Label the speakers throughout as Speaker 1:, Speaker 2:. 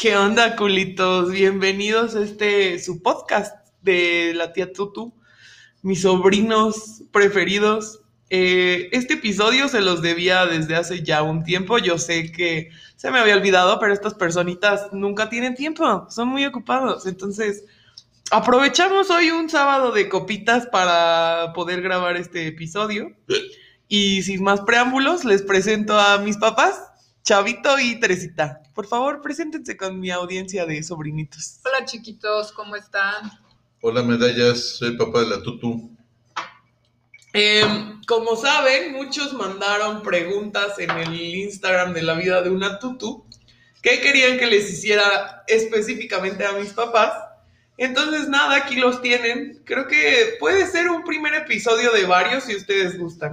Speaker 1: ¿Qué onda, culitos? Bienvenidos a este, su podcast de la tía Tutu, mis sobrinos preferidos. Eh, este episodio se los debía desde hace ya un tiempo. Yo sé que se me había olvidado, pero estas personitas nunca tienen tiempo, son muy ocupados. Entonces, aprovechamos hoy un sábado de copitas para poder grabar este episodio. Y sin más preámbulos, les presento a mis papás, Chavito y Teresita. Por favor, preséntense con mi audiencia de sobrinitos.
Speaker 2: Hola chiquitos, ¿cómo están?
Speaker 3: Hola medallas, soy papá de la Tutu.
Speaker 1: Eh, como saben, muchos mandaron preguntas en el Instagram de la vida de una tutu que querían que les hiciera específicamente a mis papás. Entonces, nada, aquí los tienen. Creo que puede ser un primer episodio de varios si ustedes gustan.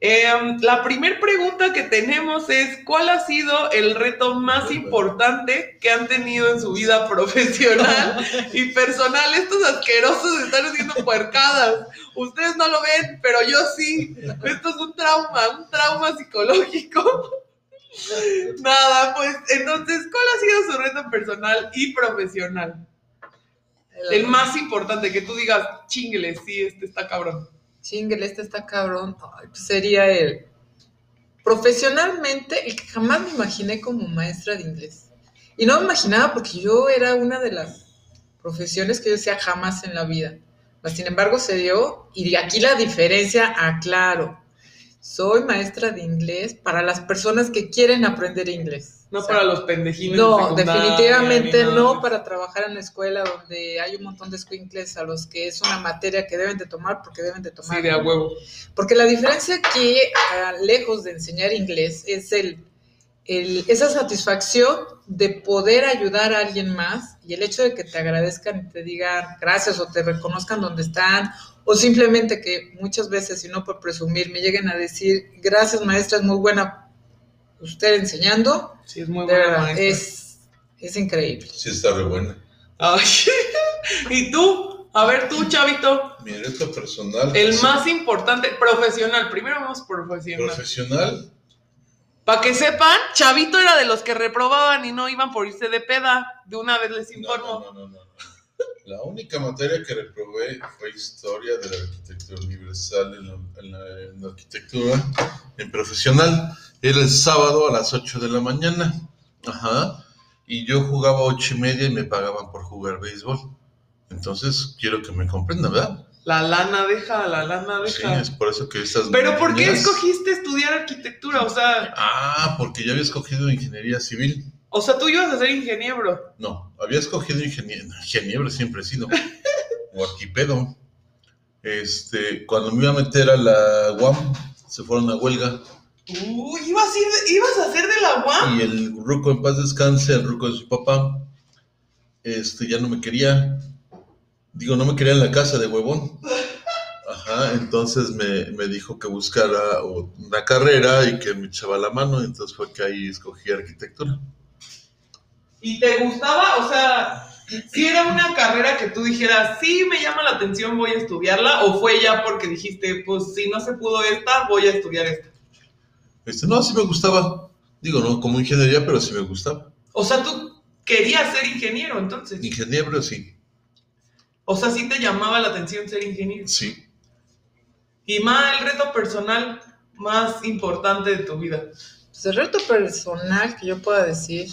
Speaker 1: Eh, la primera pregunta que tenemos es, ¿cuál ha sido el reto más importante que han tenido en su vida profesional y personal? Estos asquerosos están haciendo puercadas. Ustedes no lo ven, pero yo sí. Esto es un trauma, un trauma psicológico. Nada, pues entonces, ¿cuál ha sido su reto personal y profesional? El más importante, que tú digas, chingle, sí, este está cabrón.
Speaker 2: Chingle, este está cabrón. Ay, pues sería el profesionalmente el que jamás me imaginé como maestra de inglés. Y no me imaginaba porque yo era una de las profesiones que yo decía jamás en la vida. Mas, sin embargo, se dio y de aquí la diferencia, aclaro. Soy maestra de inglés para las personas que quieren aprender inglés.
Speaker 1: No
Speaker 2: O sea,
Speaker 1: para los pendejines.
Speaker 2: No,
Speaker 1: de secundaria,
Speaker 2: definitivamente
Speaker 1: ni nada.
Speaker 2: no para trabajar en la escuela donde hay un montón de escuincles a los que es una materia que deben de tomar porque deben de tomar.
Speaker 1: Sí, de a huevo.
Speaker 2: Porque la diferencia aquí, ah, lejos de enseñar inglés, es el, el- esa satisfacción de poder ayudar a alguien más y el hecho de que te agradezcan y te digan gracias o te reconozcan donde están o simplemente que muchas veces, y no por presumir, me lleguen a decir gracias maestra, es muy buena usted enseñando.
Speaker 1: Sí, es muy
Speaker 2: De
Speaker 1: buena
Speaker 2: verdad,
Speaker 1: maestra.
Speaker 2: es, es increíble.
Speaker 3: Sí está re buena.
Speaker 1: Ay, ¿Y tú? A ver, tú, Chavito.
Speaker 3: Mi reto personal.
Speaker 1: El más importante, profesional. Primero vamos profesional.
Speaker 3: profesional.
Speaker 1: Para que sepan, Chavito era de los que reprobaban y no iban por irse de peda. De una vez les
Speaker 3: No,
Speaker 1: informo.
Speaker 3: no, no, no, no, no. La única materia que reprobé fue historia de la arquitectura universal en la, en la- en la arquitectura en profesional. Era el sábado a las 8 de la mañana. Ajá. Y yo jugaba ocho y media y me pagaban por jugar béisbol. Entonces quiero que me comprendan, ¿verdad?
Speaker 1: La lana deja, la lana
Speaker 3: Sí,
Speaker 1: deja.
Speaker 3: es por eso que estas.
Speaker 1: Pero ¿por qué
Speaker 3: niñas-
Speaker 1: escogiste estudiar arquitectura? O sea,
Speaker 3: Ah, porque yo había escogido ingeniería civil.
Speaker 1: o sea, tú ibas a ser ingeniero.
Speaker 3: No, había escogido ingeniero. Ingeniero siempre he sido. o arquipedo. Este, cuando me iba a meter a la UAM, se fueron a huelga.
Speaker 1: Uy, ibas a, ir de- ibas a ser de la UAM.
Speaker 3: Y el ruco en paz descanse, el ruco de su papá, este, ya no me quería. Digo, no me quería en la casa de huevón. Ajá, entonces me, me dijo que buscara o- una carrera y que me echaba la mano. Entonces fue que ahí escogí arquitectura.
Speaker 1: ¿Y te gustaba? O sea, si era una carrera que tú dijeras, sí, me llama la atención, voy a estudiarla, o fue ya porque dijiste, pues si no se pudo esta, voy a estudiar esta.
Speaker 3: Este, no, sí me gustaba. Digo, no como ingeniería, pero sí me gustaba.
Speaker 1: O sea, tú querías ser ingeniero entonces.
Speaker 3: Ingeniero, sí.
Speaker 1: O sea, sí te llamaba la atención ser ingeniero.
Speaker 3: Sí.
Speaker 1: Y más el reto personal más importante de tu vida.
Speaker 2: Pues el reto personal que yo pueda decir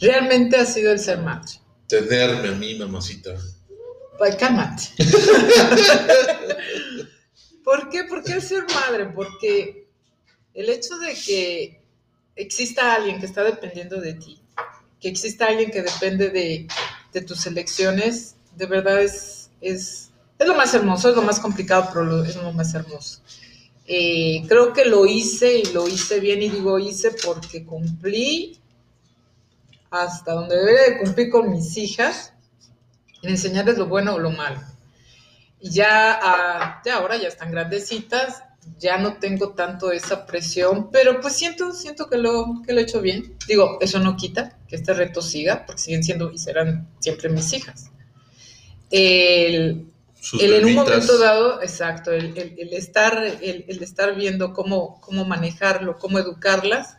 Speaker 2: realmente ha sido el ser madre.
Speaker 3: Tenerme a mí, mamacita.
Speaker 2: Ay, Pues cálmate. ¿Por qué? ¿Por qué el ser madre? Porque el hecho de que exista alguien que está dependiendo de ti, que exista alguien que depende de, de tus elecciones, de verdad es, es, es lo más hermoso, es lo más complicado, pero lo- es lo más hermoso. Eh, creo que lo hice y lo hice bien y digo hice porque cumplí hasta donde debería de cumplir con mis hijas en enseñarles lo bueno o lo malo. Y ya, ah, ya ahora ya están grandecitas, ya no tengo tanto esa presión, pero pues siento, siento que lo, que lo he hecho bien. Digo, eso no quita que este reto siga, porque siguen siendo y serán siempre mis hijas. El,
Speaker 3: Sus
Speaker 2: el en un
Speaker 3: bebitas.
Speaker 2: momento dado, exacto, el, el- el estar, el, el estar viendo cómo, cómo manejarlo, cómo educarlas,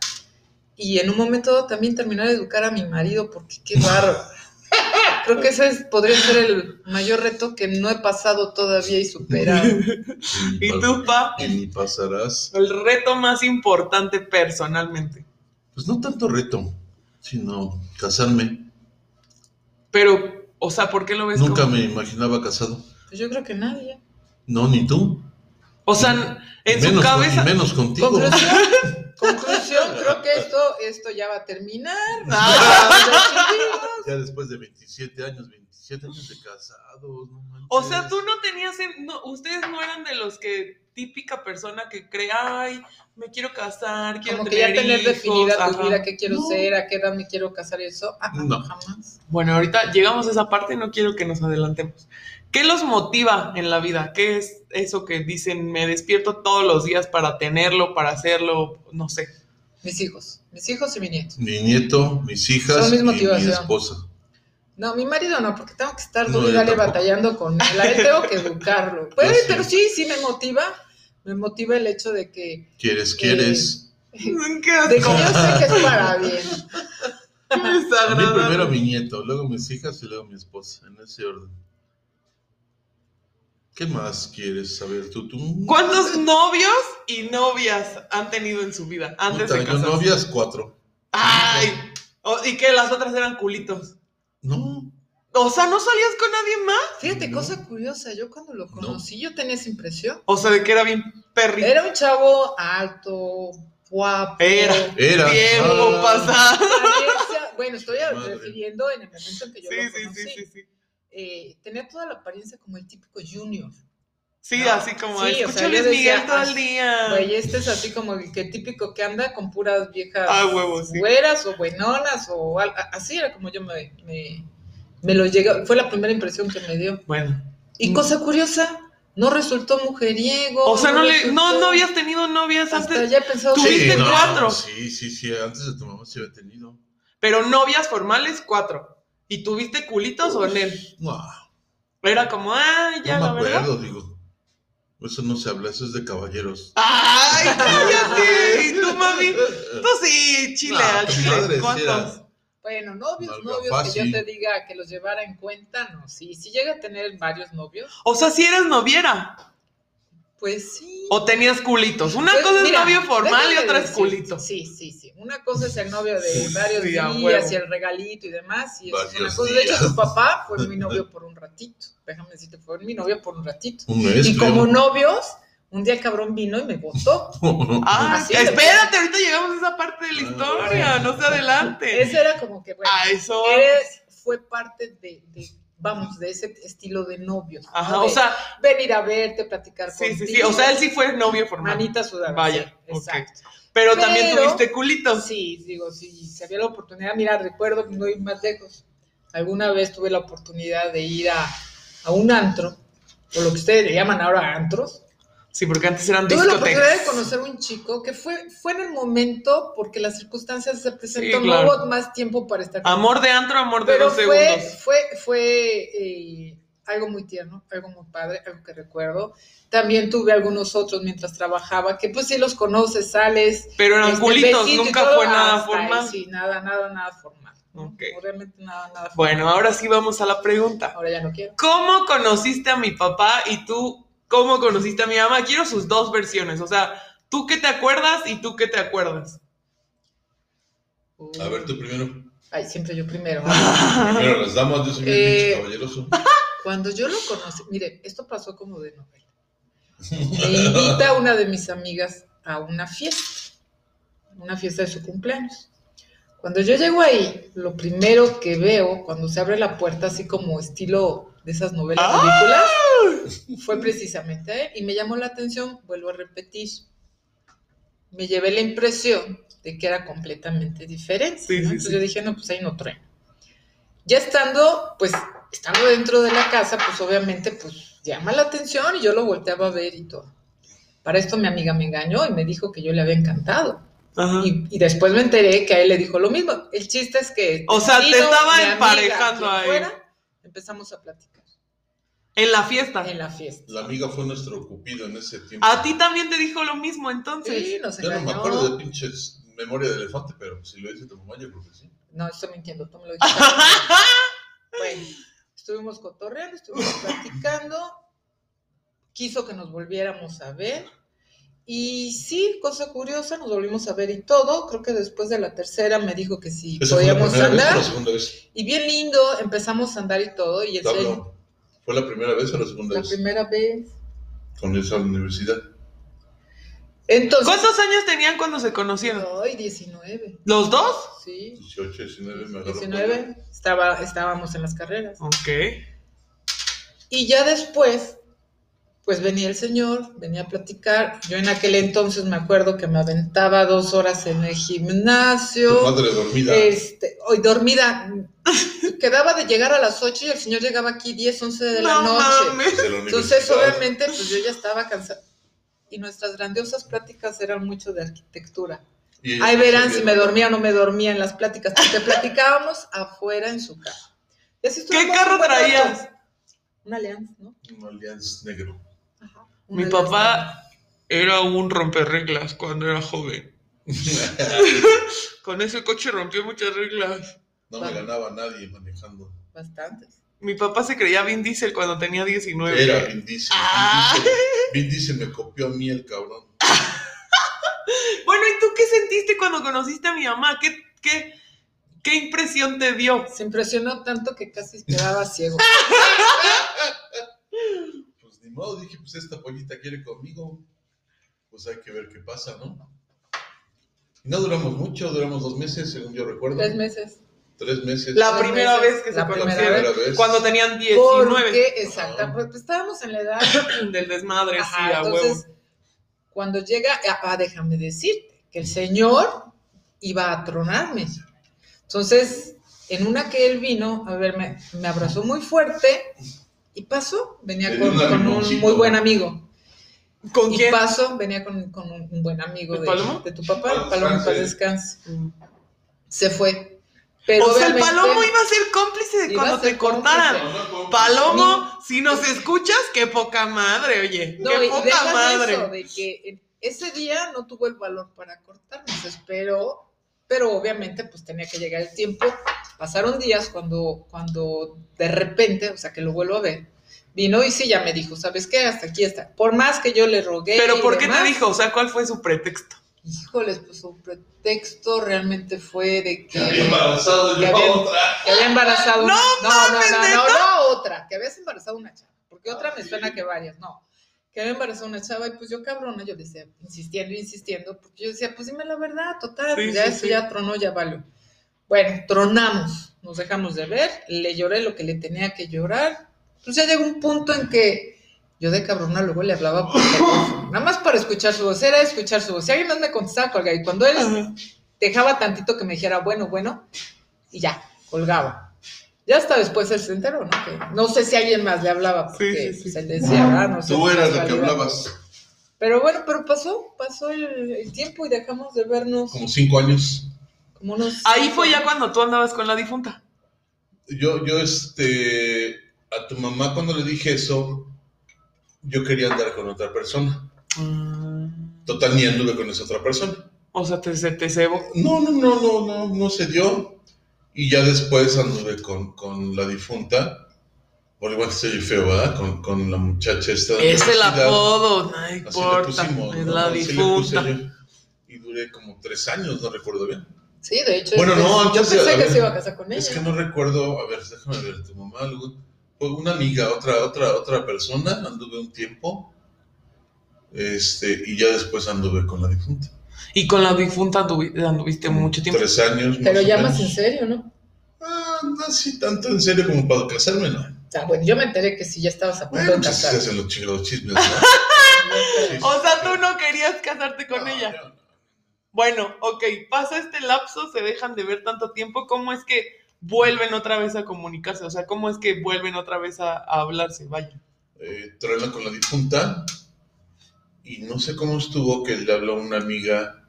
Speaker 2: y en un momento dado también terminar de educar a mi marido, porque qué barro. Creo que ese es- podría ser el mayor reto que no he pasado todavía y superado.
Speaker 1: ¿Y tú, pa?
Speaker 3: Y ni pasarás.
Speaker 1: El reto más importante personalmente.
Speaker 3: Pues no tanto reto, sino casarme.
Speaker 1: Pero, o sea, ¿por qué lo ves
Speaker 3: Nunca
Speaker 1: como-
Speaker 3: me imaginaba casado.
Speaker 2: Pues yo creo que nadie.
Speaker 3: No, ni tú.
Speaker 1: O sea, en su
Speaker 3: menos, con-
Speaker 1: cabeza.
Speaker 3: y menos contigo.
Speaker 2: Conclusión, conclusión, creo que esto, esto ya va a terminar.
Speaker 1: Ah.
Speaker 3: Ya después de 27 años, 27 años de casados. No manches.
Speaker 1: O sea, tú no tenías, en- no, ustedes no eran de los que típica persona que cree, ay, me quiero casar, quiero
Speaker 2: Como que ya
Speaker 1: tener
Speaker 2: tener
Speaker 1: hijos",
Speaker 2: definida tu
Speaker 1: ajá.
Speaker 2: vida, qué quiero
Speaker 3: No.
Speaker 2: ser, a qué edad me quiero casar y eso. ah,
Speaker 3: No.
Speaker 2: jamás.
Speaker 1: Bueno, ahorita llegamos a esa parte, no quiero que nos adelantemos. ¿Qué los motiva en la vida? ¿Qué es eso que dicen, me despierto todos los días para tenerlo, para hacerlo, no sé?
Speaker 2: Mis hijos, mis hijos y mi nieto.
Speaker 3: Mi nieto, mis hijas
Speaker 2: Son mis
Speaker 3: y mi
Speaker 2: motivación.
Speaker 3: esposa.
Speaker 2: No, mi marido no, porque tengo que estar
Speaker 3: No,
Speaker 2: duro y
Speaker 3: yo
Speaker 2: dale
Speaker 3: tampoco.
Speaker 2: batallando con él. A él tengo que educarlo. Puede,
Speaker 3: sí.
Speaker 2: pero sí, sí me motiva. Me motiva el hecho de que,
Speaker 3: ¿Quieres,
Speaker 2: Eh,
Speaker 3: quieres?
Speaker 1: ¿Qué
Speaker 2: de que
Speaker 1: asco,
Speaker 2: yo sé que es para bien.
Speaker 1: qué
Speaker 3: A mí
Speaker 1: desagradable.
Speaker 3: primero mi nieto, luego mis hijas y luego mi esposa, en ese orden. ¿Qué más quieres saber tú? tú?
Speaker 1: ¿Cuántos novios y novias han tenido en su vida antes
Speaker 3: Puta,
Speaker 1: de
Speaker 3: yo
Speaker 1: casarse?
Speaker 3: novias cuatro.
Speaker 1: Ay, o- y que las otras eran culitos.
Speaker 3: No,
Speaker 1: O sea, ¿no salías con nadie más?
Speaker 2: Fíjate,
Speaker 3: No.
Speaker 2: cosa curiosa, yo cuando lo
Speaker 3: No.
Speaker 2: conocí, yo tenía esa impresión.
Speaker 1: O sea, de que era bien perrito.
Speaker 2: Era un chavo alto, guapo.
Speaker 1: Era.
Speaker 3: era.
Speaker 1: Tiempo
Speaker 3: Ah,
Speaker 1: pasado.
Speaker 2: apariencia- Bueno, estoy
Speaker 3: Madre.
Speaker 2: refiriendo en el momento en que yo
Speaker 1: Sí,
Speaker 2: lo
Speaker 1: sí,
Speaker 2: conocí.
Speaker 1: sí, sí, sí.
Speaker 2: Eh, tenía toda la apariencia como el típico junior.
Speaker 1: Sí,
Speaker 2: No,
Speaker 1: así como,
Speaker 2: sí, o
Speaker 1: escucha
Speaker 2: sea, yo
Speaker 1: Luis
Speaker 2: decía,
Speaker 1: Miguel todo
Speaker 2: ah,
Speaker 1: el día.
Speaker 2: Güey, este es así como el que típico que anda con puras viejas
Speaker 1: Ah, huevo, sí.
Speaker 2: güeras o buenonas o al- a- así era como yo me, me, me lo llegué, fue la primera impresión que me dio.
Speaker 1: Bueno.
Speaker 2: Y
Speaker 1: Mm.
Speaker 2: cosa curiosa, no resultó mujeriego.
Speaker 1: O sea, no, le,
Speaker 2: resultó-
Speaker 1: no, no habías tenido novias
Speaker 2: hasta
Speaker 1: antes,
Speaker 2: ya he pensado
Speaker 1: tú-
Speaker 2: que
Speaker 1: Tuviste cuatro.
Speaker 3: Sí, sí, sí, antes de tu mamá se había tenido.
Speaker 1: pero novias formales, cuatro. ¿Y tuviste culitos o en él?
Speaker 3: No,
Speaker 1: Era como, ah, ya,
Speaker 3: no
Speaker 1: la
Speaker 3: me
Speaker 1: verdad.
Speaker 3: acuerdo, digo. Eso no se habla, eso es de caballeros.
Speaker 1: ¡Ay, cállate! ¿Y tú, mami? Tú Pues sí, chile,
Speaker 3: No,
Speaker 1: al
Speaker 3: tu
Speaker 1: chile.
Speaker 3: madre sí
Speaker 1: ¿Cuántos?
Speaker 3: era.
Speaker 2: bueno, novios,
Speaker 3: Valga
Speaker 2: novios que
Speaker 3: fácil.
Speaker 2: yo te diga que los llevara en cuenta, no, sí, si llega a tener varios novios,
Speaker 1: O sea, si eres noviera
Speaker 2: pues sí.
Speaker 1: o tenías culitos. Una
Speaker 2: Pues,
Speaker 1: cosa
Speaker 2: mira,
Speaker 1: es novio formal y
Speaker 2: déjame
Speaker 1: otra es
Speaker 2: decirte,
Speaker 1: culito.
Speaker 2: Sí, sí, sí. Una cosa es el novio de
Speaker 3: Sí,
Speaker 2: varios
Speaker 1: sí, a
Speaker 2: días
Speaker 1: huevo.
Speaker 2: y el regalito y demás. Y eso es una
Speaker 1: Pues,
Speaker 2: cosa.
Speaker 3: Varios
Speaker 2: Pues, De
Speaker 3: días.
Speaker 2: hecho, tu papá fue mi novio por un ratito. Déjame decirte, fue mi novio por un ratito.
Speaker 3: Un mes,
Speaker 2: y
Speaker 3: creo.
Speaker 2: como novios, un día el cabrón vino y me votó.
Speaker 1: Ah,
Speaker 2: Así es.
Speaker 1: espérate, ahorita llegamos a esa parte de la
Speaker 3: Ah,
Speaker 1: historia, no se adelante.
Speaker 2: Eso era como que, bueno,
Speaker 1: A eso.
Speaker 2: eres- fue parte de, de, vamos, de ese estilo de novios. ¿no?
Speaker 1: Ajá,
Speaker 2: De
Speaker 1: o sea,
Speaker 2: venir a verte, platicar
Speaker 1: sí, sí, sí.
Speaker 2: contigo,
Speaker 1: O sea, él sí fue novio formal.
Speaker 2: Manita sudada.
Speaker 1: Vaya,
Speaker 2: sí,
Speaker 1: ok.
Speaker 2: exacto.
Speaker 1: Pero también
Speaker 2: Pero-
Speaker 1: tuviste culitos.
Speaker 2: Sí, digo, si se había la oportunidad, mira, recuerdo, no ir más lejos. Alguna vez tuve la oportunidad de ir a, a un antro, o lo que ustedes le llaman ahora antros.
Speaker 1: Sí, porque antes eran
Speaker 2: Tuve la oportunidad de
Speaker 1: discotecas.
Speaker 2: conocer a un chico que fue, fue en el momento, porque las circunstancias se presentó,
Speaker 1: claro.
Speaker 2: no hubo más tiempo para estar con
Speaker 1: Amor de antro, amor de
Speaker 2: pero
Speaker 1: dos
Speaker 2: fue,
Speaker 1: segundos.
Speaker 2: fue, fue eh, algo muy tierno, algo muy padre, algo que recuerdo. También tuve algunos otros mientras trabajaba, que pues si los conoces, sales,
Speaker 1: Pero eran
Speaker 2: este,
Speaker 1: culitos,
Speaker 2: besito y
Speaker 1: nunca
Speaker 2: todo,
Speaker 1: fue nada
Speaker 2: hasta
Speaker 1: formal.
Speaker 2: ahí, sí, nada, nada, nada formal. ¿no?
Speaker 1: Ok.
Speaker 2: No, Realmente nada, nada formal.
Speaker 1: Bueno, ahora sí vamos a la pregunta.
Speaker 2: Ahora ya no quiero.
Speaker 1: ¿Cómo conociste a mi papá y tú cómo conociste a mi mamá? Quiero sus dos versiones. O sea, tú que te acuerdas y tú que te acuerdas.
Speaker 2: Uy.
Speaker 3: A ver, tú primero.
Speaker 2: Ay, siempre yo primero.
Speaker 3: Primero las damas, yo soy bien
Speaker 2: Eh.
Speaker 3: pinche caballeroso.
Speaker 2: Cuando yo lo conocí, mire, esto pasó como de novela. Me invita una de mis amigas a una fiesta, una fiesta de su cumpleaños. Cuando yo llego ahí, lo primero que veo cuando se abre la puerta, así como estilo de esas novelas películas, fue precisamente a él. Y me llamó la atención, vuelvo a repetir, me llevé la impresión de que era completamente diferente.
Speaker 1: Sí,
Speaker 2: ¿no?
Speaker 1: sí,
Speaker 2: Entonces
Speaker 1: sí.
Speaker 2: yo dije, no, pues ahí no traen. Ya estando, pues, estando dentro de la casa, pues obviamente, pues llama la atención y yo lo volteaba a ver y todo. Para esto mi amiga me engañó y me dijo que yo le había encantado.
Speaker 1: Ajá.
Speaker 2: Y, y después me enteré que a él le dijo lo mismo. El chiste es que...
Speaker 1: O sea, te
Speaker 2: Tino,
Speaker 1: estaba
Speaker 2: mi amiga,
Speaker 1: emparejando
Speaker 2: quien
Speaker 1: a él.
Speaker 2: fuera, empezamos a platicar
Speaker 1: En la fiesta.
Speaker 2: en la fiesta.
Speaker 3: La amiga fue nuestro cupido en ese tiempo.
Speaker 1: A ti también te dijo lo mismo entonces.
Speaker 2: Sí, nos
Speaker 3: Yo no
Speaker 2: engañó.
Speaker 3: me acuerdo de pinches memoria de elefante, pero si lo dice tu mamá, yo creo que sí.
Speaker 2: No, estoy mintiendo, tú me lo dijiste. bueno, estuvimos cotorreando, estuvimos platicando, quiso que nos volviéramos a ver. Y sí, cosa curiosa, nos volvimos a ver y todo. Creo que después de la tercera me dijo que si
Speaker 3: ¿Esa fue la
Speaker 2: podíamos
Speaker 3: primera vez o
Speaker 2: andar.
Speaker 3: la segunda vez?
Speaker 2: Y bien lindo, empezamos a andar y todo. Y el
Speaker 3: Pablo,
Speaker 2: señor-
Speaker 3: ¿Fue la primera vez o la segunda
Speaker 2: la
Speaker 3: vez?
Speaker 2: primera vez.
Speaker 3: Con esa universidad.
Speaker 2: Entonces.
Speaker 1: ¿Cuántos años tenían cuando se conocieron?
Speaker 2: Ay, 19.
Speaker 1: ¿Los dos?
Speaker 2: Sí.
Speaker 3: 18, 19, me agarró.
Speaker 2: 19. Estaba, estábamos en las carreras.
Speaker 1: Ok.
Speaker 2: Y ya después, pues venía el señor, venía a platicar. Yo en aquel entonces me acuerdo que me aventaba dos horas en el
Speaker 3: Tu
Speaker 2: gimnasio.
Speaker 3: madre Pues dormida.
Speaker 2: Este, hoy dormida. Quedaba de llegar a las 8 y el señor llegaba aquí 10, 11 de la
Speaker 1: No
Speaker 2: noche.
Speaker 1: mames.
Speaker 3: de la
Speaker 2: Entonces,
Speaker 3: universidad.
Speaker 2: obviamente, pues yo ya estaba cansada. Y nuestras grandiosas pláticas eran mucho de arquitectura.
Speaker 3: Y ella
Speaker 2: Ahí
Speaker 3: no
Speaker 2: verán
Speaker 3: sabía.
Speaker 2: si me dormía o no me dormía en las pláticas, porque platicábamos afuera en su carro. Y así estuvimos
Speaker 1: carro
Speaker 2: un buen rato.
Speaker 1: traías?
Speaker 2: Un Allianz, ¿no?
Speaker 3: Un alianz negro.
Speaker 2: Ajá. Un
Speaker 1: Mi
Speaker 2: Allianz.
Speaker 1: papá era un romperreglas cuando era joven. Con ese coche rompió muchas reglas.
Speaker 3: No me
Speaker 2: Vale.
Speaker 3: ganaba nadie manejando.
Speaker 2: Bastantes.
Speaker 1: Mi papá se creía Vin Diesel cuando tenía 19.
Speaker 3: Era Vin Diesel.
Speaker 1: Ah.
Speaker 3: Vin Diesel- Vin Diesel me copió a mí el cabrón.
Speaker 1: Bueno, ¿y tú qué sentiste cuando conociste a mi mamá? ¿Qué, qué, qué impresión te dio?
Speaker 2: Se impresionó tanto que casi quedaba ciego.
Speaker 3: Pues ni modo, dije, pues esta pollita quiere conmigo. Pues hay que ver qué pasa, ¿no? Y no duramos mucho, duramos dos meses, según yo recuerdo.
Speaker 2: Tres meses.
Speaker 3: Tres meses.
Speaker 1: La
Speaker 2: Tres
Speaker 1: primera
Speaker 2: meses,
Speaker 1: vez que
Speaker 2: la
Speaker 1: se
Speaker 2: primera
Speaker 1: conocieron. Ah.
Speaker 3: vez. Primera
Speaker 1: Cuando
Speaker 3: vez.
Speaker 1: tenían 19.
Speaker 2: Porque, exacta, pues, pues, estábamos en la edad.
Speaker 1: Del desmadre,
Speaker 2: Ajá,
Speaker 1: sí, a huevo.
Speaker 2: entonces, cuando llega, ah, ah, déjame decirte, que el señor iba a tronarme. Entonces, en una que él vino, a ver, me, me abrazó muy fuerte y pasó, venía
Speaker 3: Le dio
Speaker 2: con,
Speaker 3: un
Speaker 2: con un
Speaker 3: limoncito.
Speaker 2: muy buen amigo.
Speaker 1: ¿Con
Speaker 2: Y
Speaker 1: quién?
Speaker 2: pasó, venía con, con un, un buen amigo
Speaker 1: ¿El
Speaker 2: de,
Speaker 1: Palomo?
Speaker 2: de tu papá,
Speaker 3: Paz
Speaker 2: el Palomo, para
Speaker 3: descanse.
Speaker 2: descanso.
Speaker 1: Mm.
Speaker 2: Se fue. Pero
Speaker 1: o sea, el
Speaker 2: obviamente-
Speaker 1: palomo iba a ser cómplice de
Speaker 2: Iba a
Speaker 1: cuando
Speaker 2: ser
Speaker 1: te cortaran. Palomo, si nos escuchas, qué poca madre, oye.
Speaker 2: No,
Speaker 1: qué
Speaker 2: y deja
Speaker 1: poca
Speaker 2: de
Speaker 1: madre.
Speaker 2: eso, de que en- ese día no tuvo el valor para cortarnos, esperó, pero obviamente pues tenía que llegar el tiempo. Pasaron días cuando, cuando de repente, o sea, que lo vuelvo a ver, vino y sí, ya me dijo, ¿sabes qué? Hasta aquí está. Por más que yo le rogué.
Speaker 1: Pero
Speaker 2: y
Speaker 1: ¿por qué
Speaker 2: demás,
Speaker 1: te dijo? O sea, ¿cuál fue su pretexto?
Speaker 2: Híjoles, pues su pretexto realmente fue de que...
Speaker 3: Había embarazado
Speaker 2: que
Speaker 3: yo
Speaker 2: había-
Speaker 3: otra.
Speaker 2: que había embarazado
Speaker 1: ¡No
Speaker 2: una. No,
Speaker 1: mames,
Speaker 2: no, no, no,
Speaker 1: ¿neta?
Speaker 2: no, otra. Que habías embarazado una chava. Porque otra me
Speaker 3: Ah, sí.
Speaker 2: suena que varias, no. Que había embarazado una chava y pues yo cabrona, yo decía, insistiendo, insistiendo, porque yo decía, pues dime la verdad, total,
Speaker 1: Sí,
Speaker 2: ya
Speaker 1: sí,
Speaker 2: eso
Speaker 1: sí.
Speaker 2: ya tronó, ya valió. Bueno, tronamos, nos dejamos de ver, le lloré lo que le tenía que llorar. Pues ya llegó un punto en que yo de cabrona luego le hablaba por teléfono, nada más para escuchar su voz, era escuchar su voz. Si alguien más me contestaba, colgaba. Y cuando él dejaba tantito que me dijera, bueno, bueno, y ya, colgaba. Ya hasta después él se enteró, ¿no? Que no sé si alguien más le hablaba,
Speaker 1: Sí,
Speaker 2: porque
Speaker 1: sí, sí.
Speaker 2: pues, él decía, ah, no sé.
Speaker 3: Tú
Speaker 2: qué
Speaker 3: eras la que
Speaker 2: casualidad".
Speaker 3: hablabas
Speaker 2: Pero bueno, pero pasó, pasó el, el tiempo y dejamos de vernos
Speaker 3: como cinco años.
Speaker 2: como unos...
Speaker 1: Ahí fue ya cuando tú andabas con la difunta.
Speaker 3: Yo, yo, este, a tu mamá cuando le dije eso, yo quería andar con otra persona.
Speaker 2: Mm.
Speaker 3: Total, ni anduve con esa otra persona.
Speaker 1: O sea, te, se te cebo.
Speaker 3: No, no, no, no, no, no se dio. Y ya después anduve con, con la difunta. Por igual estoy feo, ¿verdad? Con, con la muchacha esta. de la
Speaker 1: Es el
Speaker 3: universidad.
Speaker 1: apodo, no
Speaker 3: Así
Speaker 1: importa.
Speaker 3: le pusimos.
Speaker 1: es
Speaker 3: ¿no?
Speaker 1: la
Speaker 3: Así le puse
Speaker 1: difunta.
Speaker 3: yo. Y duré como tres años, no recuerdo bien.
Speaker 2: Sí, de hecho,
Speaker 3: Bueno,
Speaker 2: yo
Speaker 3: no,
Speaker 2: pensé-
Speaker 3: antes de-
Speaker 2: yo
Speaker 3: a
Speaker 2: pensé
Speaker 3: ver,
Speaker 2: que se iba a casar con ella.
Speaker 3: Es que no recuerdo, a ver, déjame ver, tu mamá, algo, fue una amiga, otra, otra, otra persona, anduve un tiempo, este, y ya después anduve con la difunta.
Speaker 1: Y con la difunta anduvi-
Speaker 3: Mm,
Speaker 1: anduviste mucho tiempo.
Speaker 3: Tres años.
Speaker 2: Pero
Speaker 3: más o
Speaker 2: ya
Speaker 3: menos.
Speaker 2: más en serio, ¿no?
Speaker 3: Ah, no así tanto en serio como para casarme, ¿no?
Speaker 2: O sea, bueno, yo me enteré que sí, ya estabas a punto
Speaker 3: Bueno,
Speaker 2: de
Speaker 3: pues así se
Speaker 2: casar.
Speaker 3: hacen los chingados chismes, ¿no? Sí,
Speaker 1: O sea,
Speaker 3: sí,
Speaker 1: tú
Speaker 3: sí.
Speaker 1: no querías casarte con
Speaker 3: No,
Speaker 1: ella.
Speaker 3: yo no.
Speaker 1: Bueno, ok, pasa este lapso, se dejan de ver tanto tiempo, ¿cómo es que vuelven otra vez a comunicarse? O sea, ¿cómo es que vuelven otra vez a, a hablarse? Vaya.
Speaker 3: eh, truena con la difunta y no sé cómo estuvo que le habló una amiga,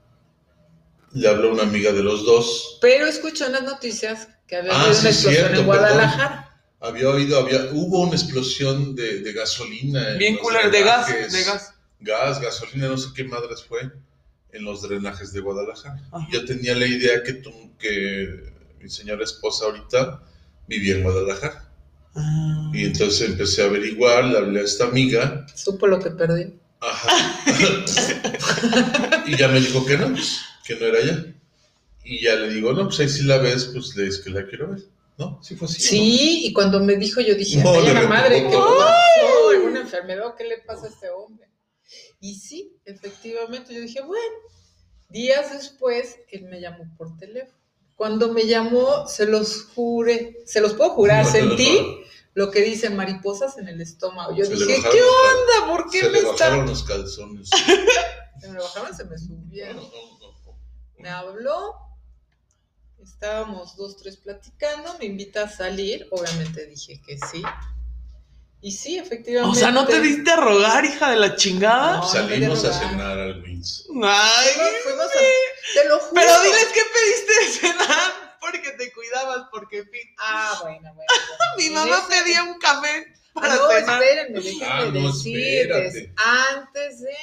Speaker 3: le habló una amiga de los dos
Speaker 2: Pero escuchó en las noticias que había
Speaker 3: Ah,
Speaker 2: habido
Speaker 3: sí,
Speaker 2: una explosión
Speaker 3: cierto,
Speaker 2: en
Speaker 3: perdón.
Speaker 2: Guadalajara.
Speaker 3: Había oído, había, hubo una explosión de, de gasolina. en
Speaker 1: Bien
Speaker 3: Eh, los
Speaker 1: culero, de gas,
Speaker 3: drenajes.
Speaker 1: de gas.
Speaker 3: Gas, gasolina, no sé qué madres fue. en los drenajes de Guadalajara.
Speaker 1: Ajá.
Speaker 3: Yo tenía la idea que, tú, que mi señora esposa ahorita vivía en Guadalajara.
Speaker 1: Ah.
Speaker 3: Y entonces empecé a averiguar, le hablé a esta amiga.
Speaker 2: Supo lo que perdí.
Speaker 3: Ajá. y ya me dijo que no, pues, que no era ella. Y ya le digo, no, pues ahí sí la ves, pues le dices que la quiero ver. ¿No? Sí fue así.
Speaker 2: Sí, y cuando me dijo, yo dije,
Speaker 3: No,
Speaker 2: "Ay,
Speaker 3: le
Speaker 2: la
Speaker 3: reprobó.
Speaker 2: madre, ¿qué pasó? ¿Alguna enfermedad? ¿Qué le pasa a este hombre? Y sí, efectivamente, yo dije, bueno, días después, él me llamó por teléfono. Cuando me llamó, se los juré, se los puedo jurar,
Speaker 3: No,
Speaker 2: sentí lo que dicen mariposas en el estómago. Yo
Speaker 3: Se le
Speaker 2: dije,
Speaker 3: bajaron
Speaker 2: ¿qué
Speaker 3: los cal-
Speaker 2: onda? ¿Por qué
Speaker 3: Se
Speaker 2: me
Speaker 3: le
Speaker 2: está...?
Speaker 3: bajaron los calzones.
Speaker 2: Se me bajaban, se me
Speaker 3: No,
Speaker 2: subían.
Speaker 3: no, no,
Speaker 2: me habló, estábamos dos, tres platicando, me invita a salir, obviamente dije que sí. Y sí,
Speaker 1: O
Speaker 2: efectivamente.
Speaker 1: sea, ¿no te diste a rogar, hija de la
Speaker 3: no.
Speaker 1: chingada?
Speaker 2: No.
Speaker 3: Salimos
Speaker 2: me
Speaker 3: a
Speaker 2: dio lugar.
Speaker 3: cenar al Wins.
Speaker 1: Ay,
Speaker 2: Fuimos, fuimos a- Te lo juro.
Speaker 1: pero diles qué pediste de cenar porque te cuidabas, porque en fin.
Speaker 2: Ah, bueno, bueno. bueno.
Speaker 1: Mi
Speaker 2: En
Speaker 1: mamá
Speaker 2: ese-
Speaker 1: pedía un café para
Speaker 2: no,
Speaker 1: cenar.
Speaker 2: espérenme, déjenme
Speaker 3: Ah, no,
Speaker 2: decirles.
Speaker 3: espérate.
Speaker 2: Antes de.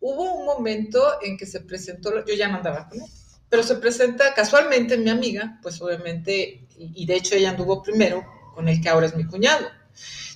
Speaker 2: Hubo un momento en que se presentó, la- yo ya no andaba con él, pero se presenta casualmente mi amiga, pues obviamente, y, y de hecho ella anduvo primero con el que ahora es mi cuñado.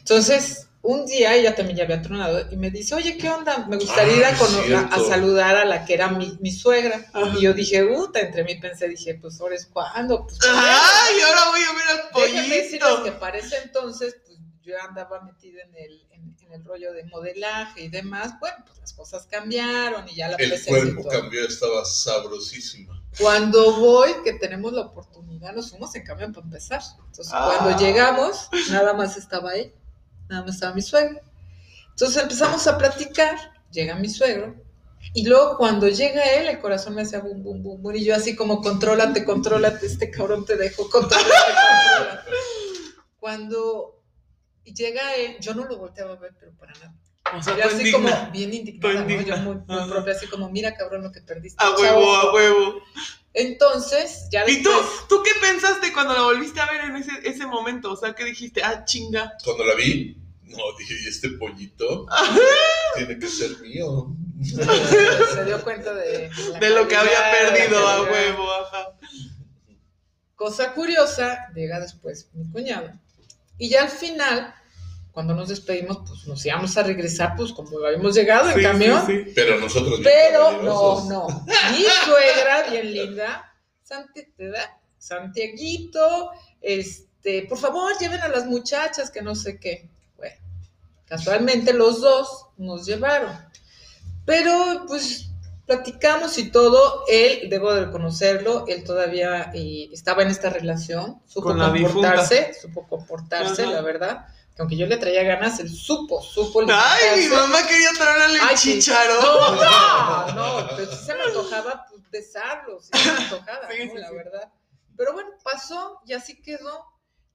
Speaker 2: Entonces, un día ella también ya había tronado y me dice, oye, ¿qué onda? Me gustaría ir a,
Speaker 3: Ah,
Speaker 2: cono- a- a
Speaker 3: cierto.
Speaker 2: saludar a la que era mi, mi suegra.
Speaker 1: Ajá.
Speaker 2: Y yo dije, puta, entre mí pensé, dije, pues ahora es cuando. Pues,
Speaker 1: Ay, ahora voy a ver al
Speaker 2: Déjenme decirles que
Speaker 1: pollito.
Speaker 2: para ese entonces, pues yo andaba metida en el, en, en el rollo de modelaje y demás. Bueno, pues las cosas cambiaron y ya la
Speaker 3: El
Speaker 2: presencia y
Speaker 3: cuerpo
Speaker 2: todo.
Speaker 3: cambió, estaba sabrosísima.
Speaker 2: Cuando voy, que tenemos la oportunidad, nos fuimos en camión para empezar. Entonces,
Speaker 1: Ah.
Speaker 2: cuando llegamos, nada más estaba él, nada más estaba mi suegro. Entonces empezamos a platicar, llega mi suegro, y luego cuando llega él, el corazón me hacía bum, bum, bum, bum, y yo así como, contrólate, contrólate, este cabrón te dejó, contrólate, contrólate. Cuando llega él, yo no lo volteaba a ver, pero para nada.
Speaker 1: O
Speaker 2: Yo
Speaker 1: sea, tú
Speaker 2: así como
Speaker 1: Ah, indigna.
Speaker 2: bien indignada,
Speaker 1: Tú indigna.
Speaker 2: ¿no? Yo muy, muy
Speaker 1: Ajá. Ah,
Speaker 2: propia, así como, mira cabrón lo que perdiste.
Speaker 1: A
Speaker 2: chavo".
Speaker 1: huevo, a huevo.
Speaker 2: Entonces, ya
Speaker 1: ¿Y tú,
Speaker 2: después,
Speaker 1: tú qué pensaste cuando la volviste a ver en ese, ese momento? O sea, ¿qué dijiste? Ah, chinga.
Speaker 3: Cuando la vi, no, dije, ¿y este pollito? Tiene que ser mío.
Speaker 2: eh, se dio cuenta de, la
Speaker 1: De lo que había
Speaker 2: calidad, de la
Speaker 1: perdido, a
Speaker 2: calidad.
Speaker 1: huevo, ajá.
Speaker 2: Cosa curiosa, llega después mi cuñado. Y ya al final, cuando nos despedimos, pues nos íbamos a regresar, pues como habíamos llegado en
Speaker 1: Sí,
Speaker 2: camión.
Speaker 1: sí, sí.
Speaker 3: Pero nosotros bien
Speaker 2: Pero no,
Speaker 3: caballerosos.
Speaker 2: no. Mi suegra, bien linda, Santi, te da Santiaguito, este, por favor, lleven a las muchachas, que no sé qué. Bueno, casualmente los dos nos llevaron. Pero pues platicamos y todo, él, debo de reconocerlo, él todavía eh, estaba en esta relación, supo
Speaker 1: Con la
Speaker 2: comportarse, supo comportarse,
Speaker 1: Ajá.
Speaker 2: la verdad, que aunque yo le traía ganas, él supo, supo
Speaker 1: Ay, mi
Speaker 2: limitarse.
Speaker 1: mamá quería traerle un
Speaker 2: Ay, sí.
Speaker 1: chicharón.
Speaker 2: No, no, no, pero sí se me antojaba pues, besarlo, sí se me antojaba,
Speaker 1: Sí,
Speaker 2: ¿no?
Speaker 1: sí,
Speaker 2: la
Speaker 1: sí.
Speaker 2: verdad. Pero bueno, pasó y así quedó.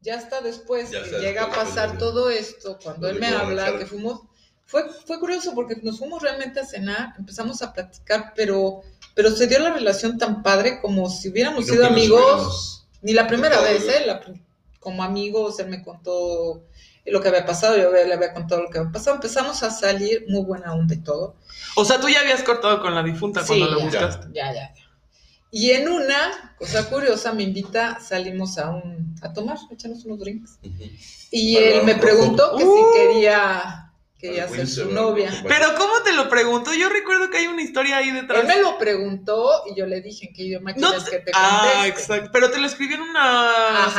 Speaker 2: Ya hasta después
Speaker 3: Ya
Speaker 2: que
Speaker 3: hasta
Speaker 2: llega a
Speaker 3: después,
Speaker 2: pasar
Speaker 3: cuando-
Speaker 2: todo esto, cuando él me
Speaker 3: cuando llegó a
Speaker 2: habla,
Speaker 3: Guadalajara.
Speaker 2: que fuimos, fue, fue curioso porque nos fuimos realmente a cenar, empezamos a platicar, pero, pero se dio la relación tan padre como si hubiéramos
Speaker 3: Creo
Speaker 2: sido
Speaker 3: que nos
Speaker 2: amigos,
Speaker 3: hubiéramos-
Speaker 2: ni la primera
Speaker 3: tocado,
Speaker 2: vez,
Speaker 3: ¿verdad?
Speaker 2: ¿eh? La prim- como amigos, él me contó lo que había pasado, yo le había contado lo que había pasado, empezamos a salir, muy buena onda y todo.
Speaker 1: O sea, tú ya habías cortado con la difunta cuando
Speaker 2: Sí,
Speaker 1: la
Speaker 2: ya.
Speaker 1: buscaste.
Speaker 2: Ya, ya, ya. Y en una, cosa curiosa, me invita, salimos a un a tomar, a echarnos unos drinks.
Speaker 3: Ujú.
Speaker 2: Y
Speaker 3: Para
Speaker 2: él me
Speaker 3: un
Speaker 2: preguntó que
Speaker 1: Uh.
Speaker 2: si quería, quería
Speaker 3: Para
Speaker 2: ser
Speaker 3: Windsor,
Speaker 2: su
Speaker 3: ¿no?
Speaker 2: novia.
Speaker 3: Bueno,
Speaker 1: Pero ¿cómo te lo pregunto? Yo recuerdo que hay una historia ahí detrás.
Speaker 2: Él me lo preguntó y yo le dije en qué idioma
Speaker 1: No
Speaker 2: quieres que te
Speaker 1: Ah,
Speaker 2: conteste.
Speaker 1: exacto. Pero te lo escribí en una
Speaker 2: Ajá, en una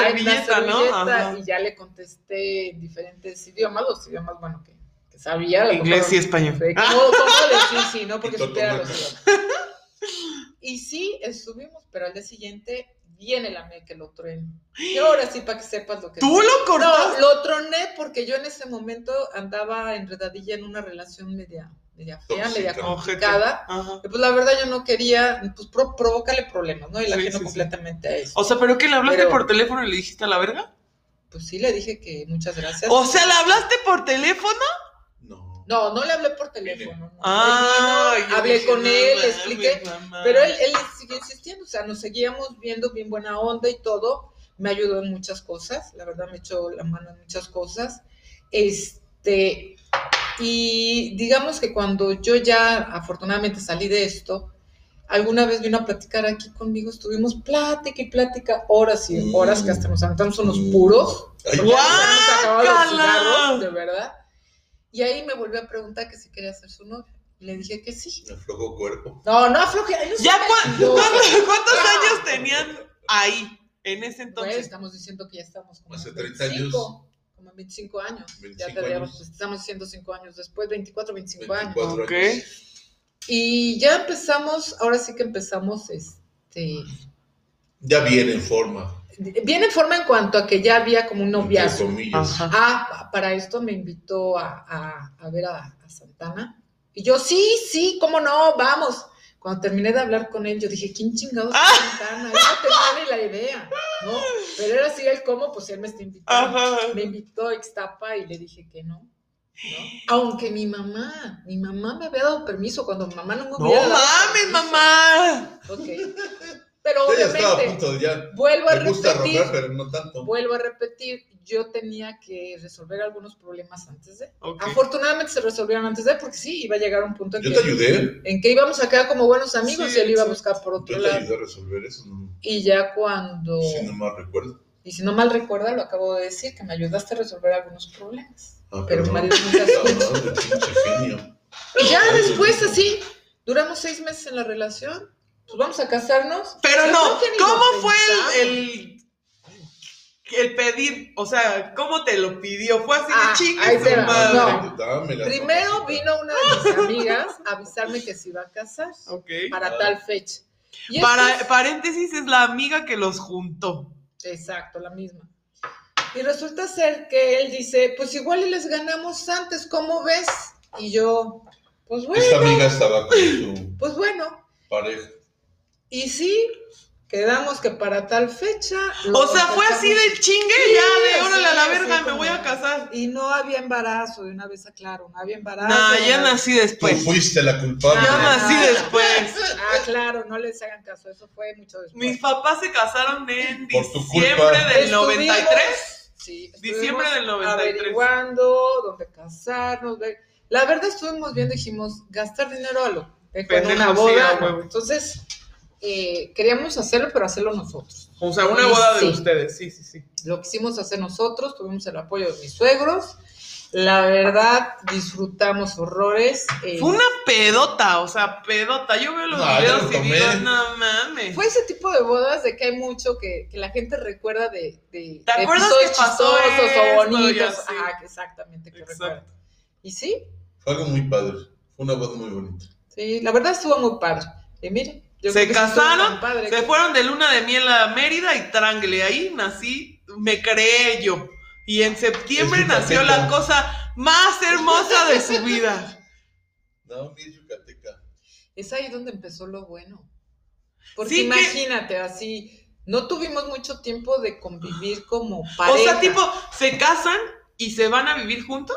Speaker 1: servilleta, ¿no?
Speaker 2: servilleta,
Speaker 1: Ajá.
Speaker 2: Y ya le contesté en diferentes idiomas, los idiomas, bueno, que, que sabía. a lo
Speaker 1: Inglés
Speaker 2: mejor-
Speaker 1: y español.
Speaker 2: Sí, ¿Cómo, cómo decir sí, no? Porque
Speaker 3: Y todo
Speaker 2: supiera los
Speaker 3: mal.
Speaker 2: idiomas. Y sí, estuvimos, pero al día siguiente viene la me que lo trueno. Y ahora sí, para que sepas lo que...
Speaker 1: ¿Tú lo cortaste?
Speaker 2: No, lo troné porque yo en ese momento andaba enredadilla en una relación media, media fea,
Speaker 3: Tóxica.
Speaker 2: media
Speaker 1: Ojete.
Speaker 2: complicada.
Speaker 1: Ajá.
Speaker 2: Y pues la verdad yo no quería, pues pro- provócale problemas, ¿no? Y la
Speaker 1: Sí, sí, sí.
Speaker 2: completamente a eso.
Speaker 1: O sea, ¿pero que le hablaste
Speaker 2: Pero-
Speaker 1: por teléfono y le dijiste a la verga?
Speaker 2: Pues sí, le dije que muchas gracias.
Speaker 1: O sea, ¿le hablaste por teléfono?
Speaker 3: No.
Speaker 2: No, no le hablé por teléfono. no.
Speaker 1: Ah,
Speaker 2: Pues No,
Speaker 1: yo
Speaker 2: hablé
Speaker 1: dije,
Speaker 2: con
Speaker 1: no
Speaker 2: él, le
Speaker 1: mames,
Speaker 2: expliqué.
Speaker 1: mamá.
Speaker 2: Pero él, él siguió insistiendo, o sea, nos seguíamos viendo bien buena onda y todo. Me ayudó en muchas cosas, la verdad me echó la mano en muchas cosas. Este, Y digamos que cuando yo ya afortunadamente salí de esto, alguna vez vino a platicar aquí conmigo, estuvimos plática y plática horas y
Speaker 3: Mm.
Speaker 2: horas que hasta nos aventamos unos
Speaker 3: Mm.
Speaker 2: puros.
Speaker 3: Ay,
Speaker 2: porque ya nos acabamos los
Speaker 1: ¡Guácala!
Speaker 2: cigarros, de verdad. Y ahí me volvió a preguntar que si quería ser su novia. Y le dije que sí.
Speaker 3: me aflojó cuerpo.
Speaker 2: No, no aflojera. yo soy
Speaker 1: ¿Ya cua-
Speaker 2: mentirosa.
Speaker 1: cuántos, cuántos
Speaker 2: Ah.
Speaker 1: años tenían ahí, en ese
Speaker 2: Güey,
Speaker 1: entonces?
Speaker 2: estamos diciendo que ya estamos como
Speaker 3: Hace
Speaker 2: en
Speaker 3: 30 años.
Speaker 2: 25, Como en 25 años. ya
Speaker 3: 25
Speaker 2: tendríamos, pues,
Speaker 3: años.
Speaker 2: estamos diciendo 5 años después, 24, 25 años.
Speaker 3: 24
Speaker 1: Ok.
Speaker 3: años.
Speaker 2: Y ya empezamos, ahora sí que empezamos, este,
Speaker 3: Ya viene en forma.
Speaker 2: bien en forma en cuanto a que ya había como un
Speaker 3: Entre
Speaker 2: noviazgo.
Speaker 3: comillas.
Speaker 1: Ajá.
Speaker 2: Ah, para esto me invitó a, a- a ver a, a Santana. Y yo, sí, sí, cómo no, vamos. Cuando terminé de hablar con él, yo dije, ¿quién chingados es
Speaker 1: Ah.
Speaker 2: Santana? Yo no tenía ni la idea, ¿no? Pero era así el cómo, pues él me está invitando.
Speaker 1: Ajá.
Speaker 2: me invitó a Ixtapa y le dije que no. ¿no? Aunque mi mamá, mi mamá me había dado permiso cuando mi mamá no me
Speaker 1: No
Speaker 2: hubiera dado
Speaker 1: mames,
Speaker 2: permiso.
Speaker 1: mamá.
Speaker 2: Ok. Pero
Speaker 3: Yo ya estaba a
Speaker 2: obviamente,
Speaker 3: punto de ya.
Speaker 2: vuelvo a
Speaker 3: Me gusta
Speaker 2: repetir,
Speaker 3: robar, pero no tanto.
Speaker 2: vuelvo a repetir, yo tenía que resolver algunos problemas antes de.
Speaker 1: Ok.
Speaker 2: Afortunadamente se resolvieron antes de, porque sí, iba a llegar un punto en,
Speaker 3: Yo te
Speaker 2: que,
Speaker 3: ayudé.
Speaker 2: en que íbamos a quedar como buenos amigos
Speaker 1: Sí,
Speaker 2: y él iba a
Speaker 1: exacto.
Speaker 2: buscar por
Speaker 3: Yo te
Speaker 2: otro lado.
Speaker 3: ayudé a resolver eso. No,
Speaker 2: Y ya cuando,
Speaker 3: Si no mal recuerdo.
Speaker 2: y si no mal recuerda, lo acabo de decir, que me ayudaste a resolver algunos problemas.
Speaker 3: Ah,
Speaker 2: Pero
Speaker 3: perdón.
Speaker 2: Mario nunca supo.
Speaker 3: Cabrón, de pinche genio.
Speaker 2: Y ya después así, duramos seis meses en la relación, pues vamos a casarnos.
Speaker 1: Pero
Speaker 2: Yo
Speaker 1: no,
Speaker 2: creo que ni
Speaker 1: ¿cómo
Speaker 2: lo
Speaker 1: fue
Speaker 2: pensamos.
Speaker 1: el, el, el pedir? O sea, ¿cómo te lo pidió? Fue así
Speaker 2: Ah,
Speaker 1: de
Speaker 2: ahí
Speaker 1: chingue
Speaker 2: te
Speaker 1: su
Speaker 2: va.
Speaker 1: madre.
Speaker 2: No.
Speaker 3: Dámela,
Speaker 2: Primero
Speaker 3: mamacita.
Speaker 2: vino una de mis amigas a avisarme que se iba a casar
Speaker 1: Ok.
Speaker 2: para tal fecha. Y
Speaker 1: Para,
Speaker 2: esto es-
Speaker 1: paréntesis, es la amiga que los juntó.
Speaker 2: Exacto, la misma. Y resulta ser que él dice, pues igual y les ganamos antes, ¿cómo ves? Y yo, pues bueno,
Speaker 3: Esta amiga estaba con su
Speaker 2: pues bueno.
Speaker 3: pareja.
Speaker 2: Y sí, quedamos que para tal fecha... lo
Speaker 1: O sea, fue así
Speaker 2: empezamos.
Speaker 1: de chingue,
Speaker 2: Sí,
Speaker 1: ya de
Speaker 2: así,
Speaker 1: órale a la
Speaker 2: así
Speaker 1: verga, me
Speaker 2: como-
Speaker 1: voy a casar.
Speaker 2: Y no había embarazo, de una vez aclaro, no había embarazo.
Speaker 1: Nah,
Speaker 2: Ah, no
Speaker 1: ya
Speaker 2: había-
Speaker 1: nací
Speaker 3: Tú
Speaker 1: después.
Speaker 3: fuiste la culpable.
Speaker 1: Yo
Speaker 2: Ah.
Speaker 1: nací después.
Speaker 2: Ah, claro, no les hagan caso, eso fue mucho después.
Speaker 1: Mis papás se casaron en
Speaker 3: Por tu
Speaker 1: diciembre
Speaker 3: culpa.
Speaker 1: del
Speaker 2: Estuvimos-
Speaker 1: 93.
Speaker 2: Sí,
Speaker 1: Diciembre
Speaker 2: estuvimos
Speaker 1: del 93.
Speaker 2: Averiguando dónde casarnos. ver- La verdad estuvimos viendo, dijimos, gastar dinero a lo pendejo en
Speaker 1: Pendejo,
Speaker 2: una
Speaker 1: sí,
Speaker 2: boda.
Speaker 1: a
Speaker 2: ¿no?
Speaker 1: huevo.
Speaker 2: Entonces, eh, queríamos hacerlo, pero hacerlo nosotros.
Speaker 1: O sea, una
Speaker 2: Y
Speaker 1: boda de
Speaker 2: sí.
Speaker 1: ustedes, sí, sí, sí.
Speaker 2: Lo quisimos hacer nosotros, tuvimos el apoyo de mis suegros. La verdad, disfrutamos horrores. eh,
Speaker 1: Fue una pedota, o sea, pedota. Yo veo los
Speaker 3: No, yo
Speaker 1: videos
Speaker 3: no
Speaker 1: y digo,
Speaker 3: Ah, tomé.
Speaker 1: no mames.
Speaker 2: Fue ese tipo de bodas de que hay mucho que, que la gente recuerda de, de,
Speaker 1: ¿Te
Speaker 2: de
Speaker 1: acuerdas
Speaker 2: episodios
Speaker 1: que pasó
Speaker 2: o
Speaker 1: esto? Y
Speaker 2: bonitos.
Speaker 1: así.
Speaker 2: Ah, que exactamente, que
Speaker 1: Exacto.
Speaker 2: recuerda. Y sí,
Speaker 3: Fue algo muy padre. Fue una voz muy bonita.
Speaker 2: sí, la verdad estuvo muy padre. Y mire, yo
Speaker 1: Se
Speaker 2: creo que estuvo
Speaker 1: casaron,
Speaker 2: tan padre
Speaker 1: Se fueron de luna de miel a Mérida y trangle. Ahí nací, me creé yo. Y en septiembre
Speaker 3: Es que
Speaker 1: nació
Speaker 3: también-
Speaker 1: la cosa más hermosa de su vida.
Speaker 3: Naomi es yucateca.
Speaker 2: Es ahí donde empezó lo bueno. Porque
Speaker 1: Sí, que-
Speaker 2: imagínate, así, no tuvimos mucho tiempo de convivir como pareja.
Speaker 1: O sea, tipo, se casan y se van a vivir juntos.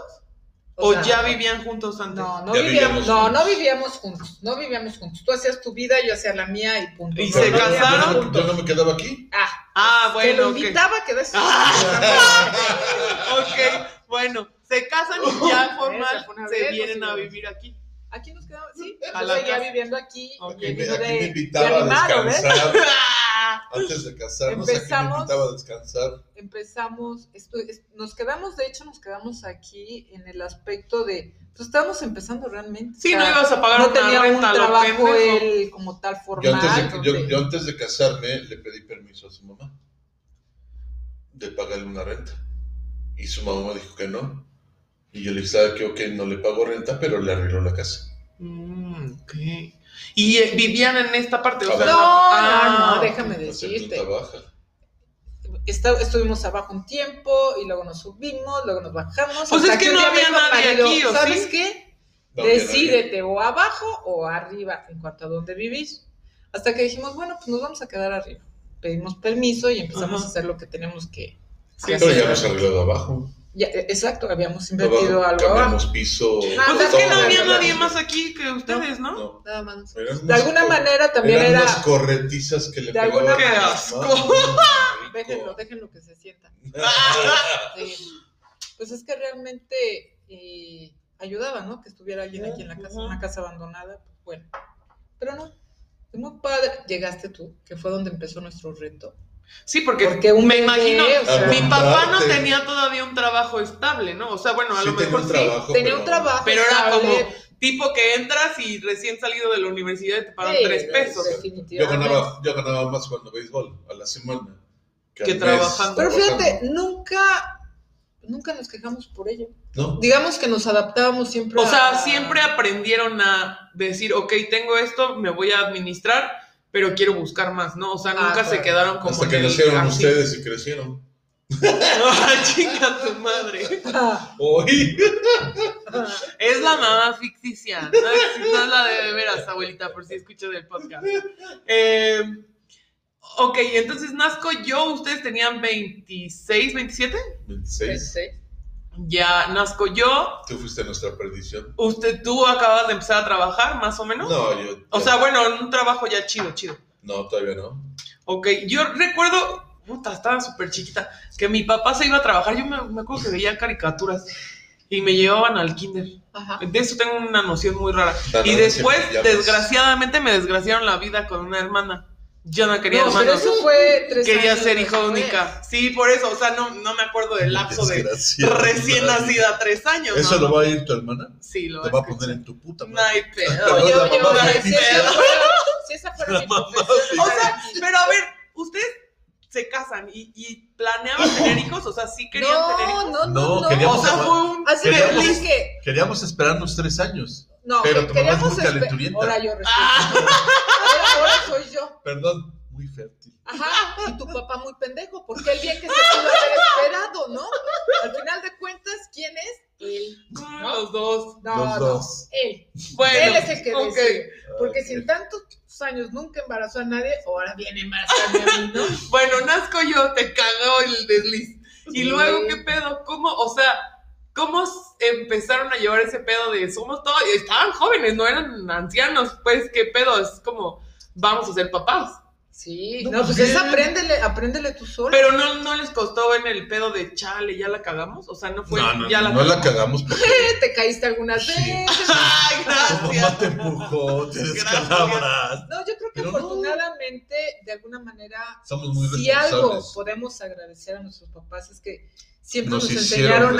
Speaker 1: O,
Speaker 2: sea,
Speaker 1: ya vivían juntos antes.
Speaker 2: No, no
Speaker 3: Ya
Speaker 2: vivíamos,
Speaker 3: vivíamos
Speaker 2: no,
Speaker 3: juntos.
Speaker 2: no vivíamos juntos, no vivíamos juntos. Tú hacías tu vida, yo hacía la mía y punto.
Speaker 1: Y
Speaker 2: No,
Speaker 1: se
Speaker 2: no vivíamos
Speaker 1: casaron.
Speaker 3: Yo no, yo no me quedaba aquí.
Speaker 2: Ah,
Speaker 1: Ah,
Speaker 2: que lo
Speaker 1: bueno, ok. Ah.
Speaker 2: invitaba a quedarse.
Speaker 1: Ok, bueno, se casan y ya formal
Speaker 2: Esa fue una
Speaker 1: se
Speaker 2: vez,
Speaker 1: vienen
Speaker 2: no sé,
Speaker 1: a
Speaker 2: no.
Speaker 1: vivir aquí.
Speaker 2: Aquí nos quedamos, sí.
Speaker 1: A
Speaker 2: Yo
Speaker 1: la
Speaker 2: seguía
Speaker 1: casa.
Speaker 2: viviendo aquí.
Speaker 1: Ok,
Speaker 3: Aquí me,
Speaker 2: vino
Speaker 3: aquí
Speaker 2: de-
Speaker 3: me
Speaker 2: de
Speaker 3: invitaba
Speaker 2: animado,
Speaker 3: a
Speaker 2: ¿ves?
Speaker 3: descansar. Antes de casarnos, aquí me
Speaker 2: Empezamos.
Speaker 3: invitaba a descansar.
Speaker 2: Empezamos, estu- es- nos quedamos, de hecho, nos quedamos aquí en el aspecto de, pues estábamos empezando realmente.
Speaker 1: Sí,
Speaker 2: o
Speaker 1: no
Speaker 2: sea,
Speaker 1: ibas a pagar
Speaker 2: no
Speaker 1: una
Speaker 2: tenía un
Speaker 1: renta, lo
Speaker 2: trabajo
Speaker 1: pendejo.
Speaker 2: él como tal
Speaker 3: Yo
Speaker 2: formal.
Speaker 3: antes, de, yo,
Speaker 2: donde-
Speaker 3: yo antes de casarme le pedí permiso a su mamá de pagarle una renta. Y su mamá dijo que no. Y yo le dije, "Sabe qué? ok, no le pago renta, pero le arregló la casa.
Speaker 1: Mm, ok. Y eh, vivían en esta parte. O sea,
Speaker 2: No,
Speaker 3: yo-
Speaker 2: no,
Speaker 1: ah,
Speaker 2: no, déjame
Speaker 3: Entonces,
Speaker 2: decirte.
Speaker 3: planta baja.
Speaker 2: Está- estuvimos abajo un tiempo y luego nos subimos, luego nos bajamos.
Speaker 1: Pues
Speaker 2: hasta
Speaker 1: es que
Speaker 2: un
Speaker 1: no
Speaker 2: día
Speaker 1: había
Speaker 2: me dijo
Speaker 1: nadie
Speaker 2: el marido,
Speaker 1: aquí, ¿o
Speaker 2: ¿Sabes
Speaker 1: sí?
Speaker 2: qué?
Speaker 3: No, que
Speaker 2: Decídete o abajo o arriba en cuanto a dónde vivís. Hasta que dijimos, bueno, pues nos vamos a quedar arriba. Pedimos permiso y empezamos
Speaker 1: Ajá.
Speaker 2: a hacer lo que tenemos que
Speaker 1: Sí,
Speaker 3: no,
Speaker 2: hacer.
Speaker 3: Pero ya hemos arreglado abajo.
Speaker 2: Ya, eh, exacto, habíamos invertido
Speaker 3: Abajo,
Speaker 2: algo abajo.
Speaker 3: Cambiamos piso.
Speaker 2: Ah,
Speaker 1: Pues es que no había
Speaker 2: Todo.
Speaker 1: nadie más aquí que ustedes, ¿no?
Speaker 3: No.
Speaker 2: Nada más.
Speaker 3: Eran
Speaker 2: De
Speaker 3: unos
Speaker 2: alguna
Speaker 3: co-
Speaker 2: manera también
Speaker 3: eran
Speaker 2: era...
Speaker 3: unas corretizas que le
Speaker 2: de alguna
Speaker 3: pegaban
Speaker 1: manera-
Speaker 3: a mi
Speaker 1: ¡Qué
Speaker 3: mamá.
Speaker 1: asco!
Speaker 3: Rico.
Speaker 2: Déjenlo, déjenlo que se sienta.
Speaker 1: Ah,
Speaker 2: Sí. Pues es que realmente eh, ayudaba, ¿no? Que estuviera alguien aquí en la casa,
Speaker 1: Ujú.
Speaker 2: una casa abandonada, pues bueno. Pero no, es muy padre. Llegaste tú, que fue donde empezó nuestro reto.
Speaker 1: Sí, porque,
Speaker 2: Porque un
Speaker 1: me
Speaker 2: bebé,
Speaker 1: imagino,
Speaker 2: o sea-
Speaker 1: mi papá no
Speaker 3: Aguantarte.
Speaker 1: tenía todavía un trabajo estable, ¿no? O sea, bueno, a
Speaker 3: Sí
Speaker 1: lo
Speaker 3: tenía
Speaker 1: mejor
Speaker 3: un
Speaker 1: sí.
Speaker 3: trabajo.
Speaker 2: Tenía
Speaker 3: pero-
Speaker 2: un trabajo.
Speaker 1: pero era
Speaker 2: estable.
Speaker 1: como tipo que entras y recién salido de la universidad y te pagan
Speaker 2: Sí,
Speaker 1: tres pesos.
Speaker 2: definitivamente.
Speaker 3: Yo ganaba, yo ganaba más cuando béisbol, a la semana.
Speaker 1: Que
Speaker 3: al mes
Speaker 1: trabajando.
Speaker 2: Pero fíjate,
Speaker 3: trabajando.
Speaker 2: nunca, nunca nos quejamos por ello.
Speaker 3: ¿No?
Speaker 2: Digamos que nos adaptábamos siempre
Speaker 1: O
Speaker 2: a-
Speaker 1: sea, siempre aprendieron a decir, ok, tengo esto, me voy a administrar, pero quiero buscar más, ¿no? O sea,
Speaker 2: Ah,
Speaker 1: nunca se
Speaker 2: claro.
Speaker 1: quedaron como
Speaker 3: Hasta
Speaker 1: en
Speaker 3: que
Speaker 1: el-
Speaker 3: nacieron
Speaker 1: así.
Speaker 3: ustedes y crecieron.
Speaker 1: Ah, chinga tu madre.
Speaker 3: Hoy.
Speaker 1: Es la mamá ficticia, no es, no es la de, de veras, abuelita, por si escuchas el podcast. Eh, ok, entonces nazco yo, ustedes tenían 26, 27.
Speaker 3: 26.
Speaker 1: Ya nazco yo,
Speaker 3: Tú fuiste nuestra perdición.
Speaker 1: usted, tú acabas de empezar a trabajar, más o menos.
Speaker 3: No, yo.
Speaker 1: O sea, bueno, un trabajo ya chido, chido.
Speaker 3: No, todavía no.
Speaker 1: Ok, yo recuerdo, puta, estaba súper chiquita, que mi papá se iba a trabajar, yo me, me acuerdo que veía caricaturas y me llevaban al kinder.
Speaker 2: Ajá.
Speaker 1: De eso tengo una noción muy rara.
Speaker 3: Da,
Speaker 1: Y
Speaker 3: no,
Speaker 1: después,
Speaker 3: siempre llamas.
Speaker 1: desgraciadamente, me desgraciaron la vida con una hermana. Yo no quería
Speaker 2: No, pero
Speaker 1: hermanos.
Speaker 2: eso fue tres
Speaker 1: Quería
Speaker 2: años
Speaker 1: ser hija
Speaker 2: después.
Speaker 1: única. Sí, por eso, o sea, no, no me acuerdo del lapso de
Speaker 3: Desgraciado.
Speaker 1: recién nacida tres años.
Speaker 3: Eso
Speaker 1: ¿no?
Speaker 3: lo va a ir tu hermana.
Speaker 1: Sí, lo
Speaker 3: Te
Speaker 1: voy
Speaker 3: va a poner en tu puta
Speaker 1: No hay
Speaker 3: madre.
Speaker 2: No,
Speaker 1: pedo.
Speaker 3: Pero
Speaker 2: yo,
Speaker 3: la
Speaker 2: yo,
Speaker 3: mamá
Speaker 2: si,
Speaker 1: ficticia.
Speaker 2: esa fuera, si esa fuera mi profesión,
Speaker 1: O sea, pero a ver, ustedes se casan y, y planeaban tener hijos, o sea, sí querían tener hijos.
Speaker 2: no, no, no,
Speaker 3: No,
Speaker 2: no.
Speaker 3: queríamos-
Speaker 1: O sea, fue un
Speaker 2: Así que
Speaker 3: queríamos-
Speaker 2: es que,
Speaker 3: Queríamos esperarnos tres años.
Speaker 2: no,
Speaker 3: Pero
Speaker 2: que-
Speaker 3: tu mamá es
Speaker 2: queríamos
Speaker 3: muy
Speaker 2: espe-
Speaker 3: calenturienta.
Speaker 2: Ahora yo respeto.
Speaker 1: Ah.
Speaker 2: Ahora, ahora soy yo.
Speaker 3: Perdón, muy fértil.
Speaker 2: Ajá, y tu papá muy pendejo, porque él bien que se pudo haber esperado, ¿no? Al final de cuentas, ¿quién es? Él.
Speaker 1: Mm, Los dos.
Speaker 2: No,
Speaker 3: Los
Speaker 2: no,
Speaker 3: dos.
Speaker 2: Él.
Speaker 1: Bueno,
Speaker 2: él es el que
Speaker 1: ok.
Speaker 2: decide. Porque
Speaker 3: Ay,
Speaker 2: si en tantos años nunca embarazó a nadie, ahora viene a embarazarme a mí, ¿no?
Speaker 1: Bueno, nazco yo, te cagó el desliz. Y
Speaker 2: Sí.
Speaker 1: luego, ¿qué pedo? ¿Cómo? O sea, ¿cómo s- empezaron a llevar ese pedo de somos todos? Estaban jóvenes, no eran ancianos. Pues, ¿qué pedo? Es como, vamos a ser papás.
Speaker 2: Sí,
Speaker 3: No,
Speaker 2: no, pues
Speaker 3: pues
Speaker 2: es
Speaker 3: bien.
Speaker 2: apréndele, apréndele tú solo.
Speaker 1: Pero no, no les costó en el pedo de chale, ya la cagamos. O sea, no fue.
Speaker 3: no, no,
Speaker 1: ya
Speaker 3: no,
Speaker 1: la
Speaker 3: no la
Speaker 1: cagamos.
Speaker 3: cagamos porque
Speaker 2: te caíste algunas
Speaker 3: Sí.
Speaker 2: veces.
Speaker 1: Ay,
Speaker 3: tu mamá te
Speaker 1: gracias.
Speaker 3: empujó, te
Speaker 1: Gracias.
Speaker 3: descalabras.
Speaker 2: No, yo creo que
Speaker 3: Pero no.
Speaker 2: afortunadamente, de alguna manera,
Speaker 3: Somos muy
Speaker 2: si algo
Speaker 3: responsables.
Speaker 2: podemos agradecer a nuestros papás es que siempre
Speaker 3: Nos
Speaker 2: nos,
Speaker 3: hicieron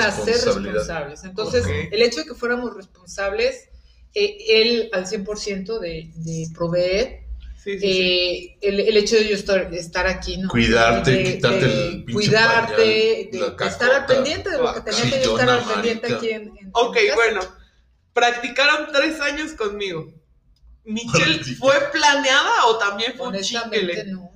Speaker 2: enseñaron a ser
Speaker 3: responsabilidad.
Speaker 2: responsables. Entonces,
Speaker 1: Ok.
Speaker 2: el hecho de que fuéramos responsables, eh, él al 100% de, de proveer,
Speaker 1: Sí, sí, sí.
Speaker 2: eh, el, el hecho de yo estar, estar aquí, ¿no?
Speaker 3: Cuidarte,
Speaker 2: De-
Speaker 3: quitarte
Speaker 2: de
Speaker 3: el pinche
Speaker 2: Cuidarte,
Speaker 3: pañal,
Speaker 2: de,
Speaker 3: la
Speaker 2: de estar
Speaker 3: cajota,
Speaker 2: al pendiente de lo que
Speaker 1: la
Speaker 2: tenía que yo estar
Speaker 3: chillona,
Speaker 2: al pendiente
Speaker 3: marica.
Speaker 2: aquí en. en- en
Speaker 1: Ok,
Speaker 2: mi casa.
Speaker 1: bueno, practicaron tres años conmigo. ¿Michelle
Speaker 3: Practica.
Speaker 1: fue planeada o también fue un
Speaker 2: Honestamente,
Speaker 1: chinguele?
Speaker 2: no.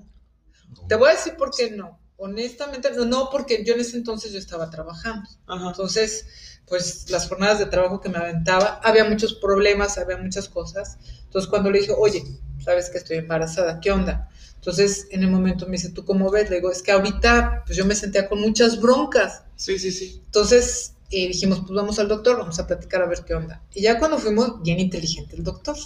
Speaker 2: Te voy a decir por qué no. Honestamente, no, no, porque yo en ese entonces yo estaba trabajando.
Speaker 1: Ajá.
Speaker 2: Entonces, pues las jornadas de trabajo que me aventaba, había muchos problemas, había muchas cosas. Entonces, cuando le dije, oye, sabes que estoy embarazada, ¿qué onda? Entonces, en el momento me dice, ¿tú cómo ves? Le digo, es que ahorita, pues yo me sentía con muchas broncas.
Speaker 1: Sí, sí, sí.
Speaker 2: Entonces, eh, dijimos, pues vamos al doctor, vamos a platicar a ver qué onda. Y ya cuando fuimos, bien inteligente el doctor.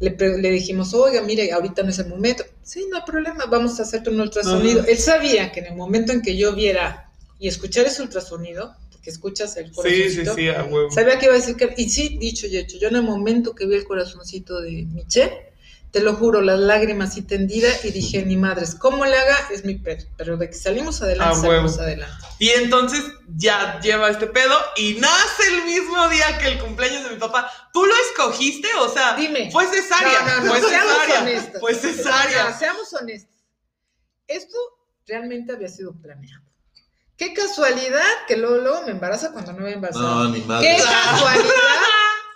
Speaker 2: Le, pre- le dijimos, oiga, mire, ahorita no es el momento. Sí, no hay problema, vamos a hacerte un ultrasonido.
Speaker 1: Ajá.
Speaker 2: Él sabía que en el momento en que yo viera y escuchar ese ultrasonido, porque escuchas el
Speaker 1: Sí, sí,
Speaker 2: corazoncito,
Speaker 1: sí, a huevo.
Speaker 2: sabía que iba a decir que... Y sí, dicho y hecho, yo en el momento que vi el corazoncito de Michelle, te lo juro, las lágrimas así tendidas, y dije, ni madres, ¿cómo le haga? Es mi perro. Pero de que salimos
Speaker 1: A
Speaker 2: adelante, salimos
Speaker 1: Ah, huevo.
Speaker 2: adelante.
Speaker 1: Y entonces ya lleva este pedo y nace el mismo día que el cumpleaños de mi papá. ¿Tú lo escogiste? O sea,
Speaker 2: Dime.
Speaker 1: fue cesárea.
Speaker 2: No, no, no,
Speaker 1: fue
Speaker 2: seamos
Speaker 1: cesárea.
Speaker 2: honestas.
Speaker 1: Fue
Speaker 2: Ya,
Speaker 1: cesárea.
Speaker 2: seamos honestos. Esto realmente había sido planeado. Qué casualidad que luego, luego me embaraza cuando no me embarazaba.
Speaker 3: No, ni
Speaker 2: Qué
Speaker 3: madre.
Speaker 2: casualidad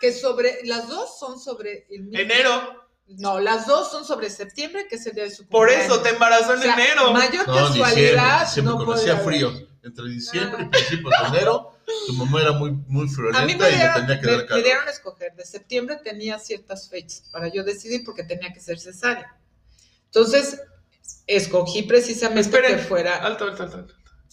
Speaker 2: que sobre las dos son sobre el mismo-
Speaker 1: Enero.
Speaker 2: No, las dos son sobre septiembre, que es el día de su
Speaker 1: Por
Speaker 2: cumpleaños.
Speaker 1: eso te embarazó en
Speaker 2: O sea,
Speaker 1: enero.
Speaker 2: Mayor
Speaker 3: No, en diciembre, en
Speaker 2: casualidad
Speaker 3: diciembre,
Speaker 2: no
Speaker 3: cuando
Speaker 2: podía
Speaker 3: hacía
Speaker 2: haber. Ah.
Speaker 3: frío. Entre diciembre y principios de enero, tu mamá era muy, muy
Speaker 2: A mí
Speaker 3: friolenta
Speaker 2: me
Speaker 3: y le
Speaker 2: dieron,
Speaker 3: tenía que
Speaker 2: me-
Speaker 3: dar
Speaker 2: me
Speaker 3: calor.
Speaker 2: dieron a escoger. De septiembre tenía ciertas fechas para yo decidir porque tenía que ser cesárea. Entonces, escogí precisamente
Speaker 1: Esperen.
Speaker 2: que fuera.
Speaker 1: Alto, alto, alto. alto.